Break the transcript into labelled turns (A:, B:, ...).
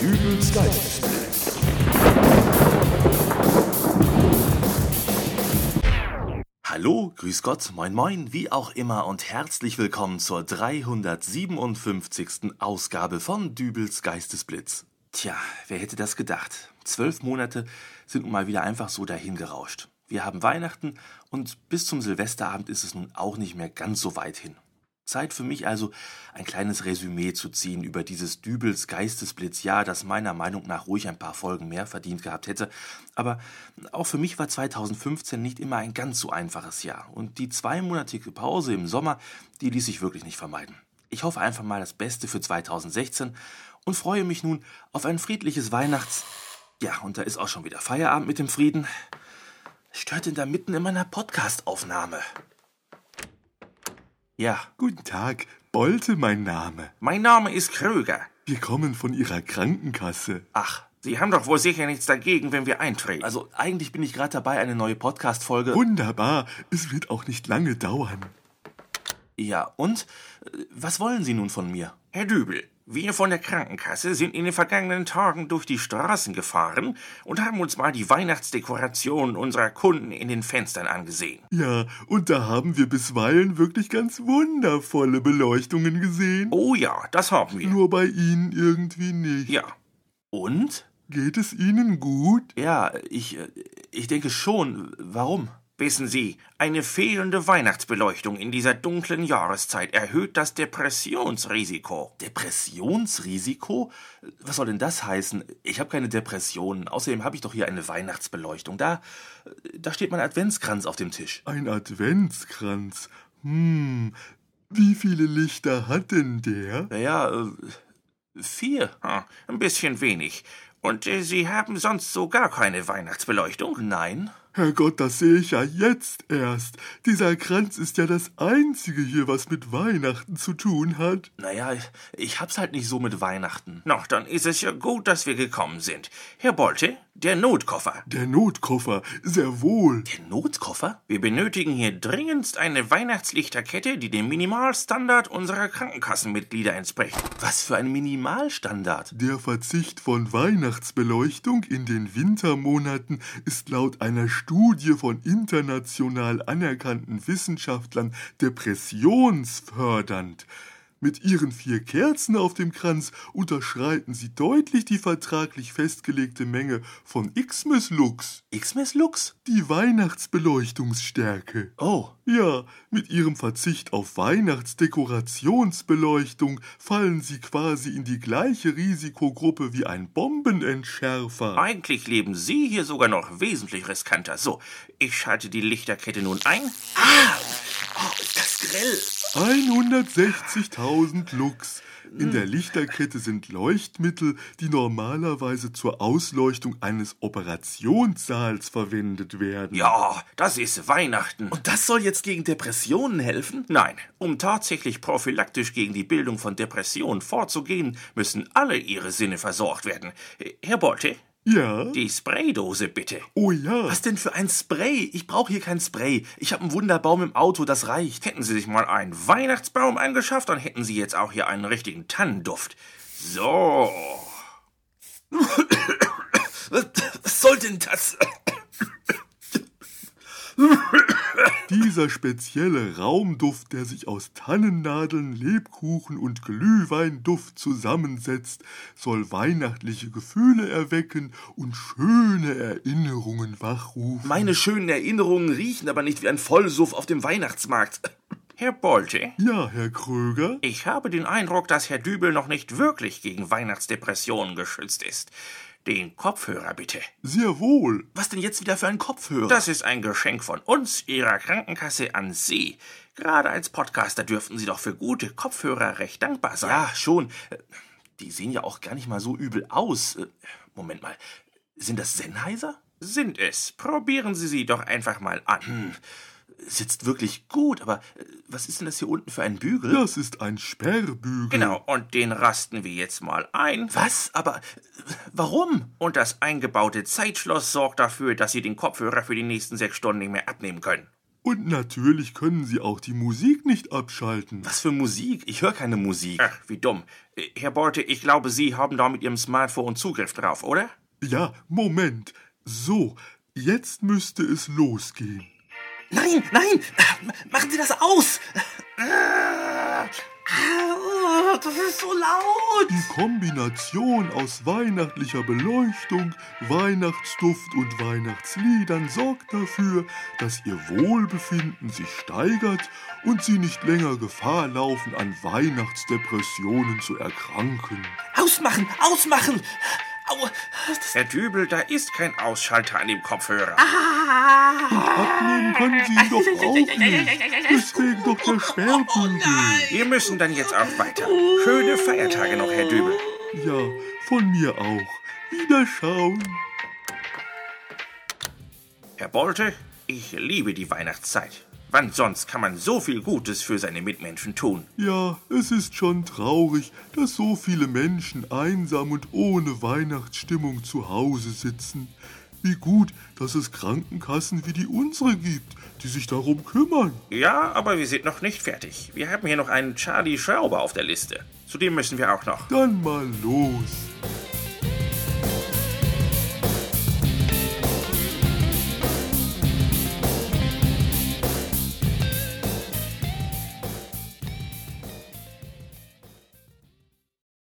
A: Übels Geist.
B: Hallo, grüß Gott, moin moin, wie auch immer und herzlich willkommen zur 357. Ausgabe von Dübels Geistesblitz. Tja, wer hätte das gedacht? Zwölf Monate sind nun mal wieder einfach so dahingerauscht. Wir haben Weihnachten und bis zum Silvesterabend ist es nun auch nicht mehr ganz so weit hin. Zeit für mich also, ein kleines Resümee zu ziehen über dieses Dübels Geistesblitzjahr, das meiner Meinung nach ruhig ein paar Folgen mehr verdient gehabt hätte. Aber auch für mich war 2015 nicht immer ein ganz so einfaches Jahr. Und die zweimonatige Pause im Sommer, die ließ sich wirklich nicht vermeiden. Ich hoffe einfach mal das Beste für 2016 und freue mich nun auf ein friedliches Weihnachts. Ja, und da ist auch schon wieder Feierabend mit dem Frieden. Stört denn da mitten in meiner Podcastaufnahme? Ja,
A: Guten Tag, Bolte mein Name.
B: mein Name ist Kröger.
A: Wir kommen von Ihrer Krankenkasse.
B: Ach, Sie haben doch wohl sicher nichts dagegen, wenn wir eintreten. Also eigentlich bin ich gerade dabei, eine neue Podcast-Folge.
A: Wunderbar, es wird auch nicht lange dauern.
B: Ja, und? Äh, Was wollen Sie nun von mir?
C: Herr Dübel, wir von der Krankenkasse sind in den vergangenen Tagen durch die Straßen gefahren und haben uns mal die Weihnachtsdekorationen unserer Kunden in den Fenstern angesehen.
A: Ja, und da haben wir bisweilen wirklich ganz wundervolle Beleuchtungen gesehen.
C: Oh ja, das haben wir.
A: Nur bei Ihnen irgendwie nicht.
C: Ja,
B: Und?
A: Geht es Ihnen gut?
B: Ja, ich, äh, ich denke schon. Warum?
C: wissen Sie, eine fehlende Weihnachtsbeleuchtung in dieser dunklen Jahreszeit erhöht das Depressionsrisiko.
B: Depressionsrisiko? Was soll denn das heißen? Ich habe keine Depressionen. Außerdem habe ich doch hier eine Weihnachtsbeleuchtung. Da, äh, da steht mein Adventskranz auf dem Tisch.
A: Ein Adventskranz. Hm, wie viele Lichter hat denn der?
B: Naja, äh, vier.
C: Hm, ein bisschen wenig. Und äh, Sie haben sonst so gar keine Weihnachtsbeleuchtung?
B: Nein.
A: Herrgott, das sehe ich ja jetzt erst. Dieser Kranz ist ja das einzige hier, was mit Weihnachten zu tun hat.
B: Naja, ich- ich hab's halt nicht so mit Weihnachten.
C: Na, dann ist es ja gut, dass wir gekommen sind. Herr Bolte, der Notkoffer.
A: Der Notkoffer, sehr wohl.
B: Der Notkoffer?
C: Wir benötigen hier dringendst eine Weihnachtslichterkette, die dem Minimalstandard unserer Krankenkassenmitglieder entspricht.
B: Was für ein Minimalstandard.
A: Der Verzicht von Weihnachtsbeleuchtung in den Wintermonaten ist laut einer Studie von international anerkannten Wissenschaftlern depressionsfördernd. Mit ihren vier Kerzen auf dem Kranz unterschreiten sie deutlich die vertraglich festgelegte Menge von Xmas Lux,
B: Xmas Lux?
A: die Weihnachtsbeleuchtungsstärke.
B: Oh,
A: Ja, mit ihrem Verzicht auf Weihnachtsdekorationsbeleuchtung fallen sie quasi in die gleiche Risikogruppe wie ein Bombenentschärfer.
C: Eigentlich leben Sie hier sogar noch wesentlich riskanter. So, ich schalte die Lichterkette nun ein. Ah, oh,
A: 160.000 Lux. In der Lichterkette sind Leuchtmittel, die normalerweise zur Ausleuchtung eines Operationssaals verwendet werden.
C: Ja, das ist Weihnachten. Und
B: und das soll jetzt gegen Depressionen helfen?
C: nein, um tatsächlich prophylaktisch gegen die Bildung von Depressionen vorzugehen, müssen alle Ihre Sinne versorgt werden. Äh, Herr Bolte,
A: Ja?
C: die Spraydose bitte.
A: Oh ja.
B: Was denn für ein Spray? Ich brauche hier kein Spray. Ich habe einen Wunderbaum im Auto, das reicht.
C: Hätten Sie sich mal einen Weihnachtsbaum angeschafft, dann hätten Sie jetzt auch hier einen richtigen Tannenduft. So.
B: Was soll denn das?
A: Dieser spezielle Raumduft, der sich aus Tannennadeln, Lebkuchen und Glühweinduft zusammensetzt, soll weihnachtliche Gefühle erwecken und schöne Erinnerungen wachrufen.
B: Meine schönen Erinnerungen riechen aber nicht wie ein Vollsuff auf dem Weihnachtsmarkt.
C: Herr Bolte,
A: Ja, Herr Kröger?
C: ich habe den Eindruck, dass Herr Dübel noch nicht wirklich gegen Weihnachtsdepressionen geschützt ist. Den Kopfhörer bitte.
A: Sehr wohl.
B: Was denn jetzt wieder für ein Kopfhörer?
C: Das ist ein Geschenk von uns, Ihrer Krankenkasse, an Sie. Gerade als Podcaster dürften Sie doch für gute Kopfhörer recht dankbar sein.
B: ja, schon. Äh, Die sehen ja auch gar nicht mal so übel aus. Äh, Moment mal. Sind das Sennheiser?
C: Sind es. Probieren Sie sie doch einfach mal an.
B: Hm. Sitzt wirklich gut, aber äh, was ist denn das hier unten für ein Bügel?
A: Das ist ein Sperrbügel.
C: Genau, und den rasten wir jetzt mal ein.
B: Was? Aber äh, warum?
C: Und das eingebaute Zeitschloss sorgt dafür, dass Sie den Kopfhörer für die nächsten sechs Stunden nicht mehr abnehmen können.
A: Und natürlich können Sie auch die Musik nicht abschalten.
D: Was für Musik? Ich höre keine Musik.
B: Ach, wie dumm. Äh, Herr Beute, ich glaube, Sie haben da mit Ihrem Smartphone Zugriff drauf, oder?
A: Ja, Moment. So, jetzt müsste es losgehen.
E: Nein, nein! Machen Sie das aus! Ah, ah, Das ist so laut!
A: Die Kombination aus weihnachtlicher Beleuchtung, Weihnachtsduft und Weihnachtsliedern sorgt dafür, dass ihr Wohlbefinden sich steigert und sie nicht länger Gefahr laufen, an Weihnachtsdepressionen zu erkranken.
E: Ausmachen, ausmachen! Au, das
B: Herr Dübel, da ist kein Ausschalter an dem Kopfhörer.
A: Abnehmen können sie ihn doch auch nicht. Deswegen doch der Sperrbügel.
B: Wir müssen dann jetzt auch weiter. Schöne Feiertage noch, Herr Dübel.
A: Ja, von mir auch. Wiederschauen.
B: Herr Bolte, ich liebe die Weihnachtszeit. Wann sonst kann man so viel Gutes für seine Mitmenschen tun?
A: Ja, es ist schon traurig, dass so viele Menschen einsam und ohne Weihnachtsstimmung zu Hause sitzen. Wie gut, dass es Krankenkassen wie die unsere gibt, die sich darum kümmern.
B: Ja, aber wir sind noch nicht fertig. Wir haben hier noch einen Charlie Schrauber auf der Liste. Zu dem müssen wir auch noch.
A: Dann mal los.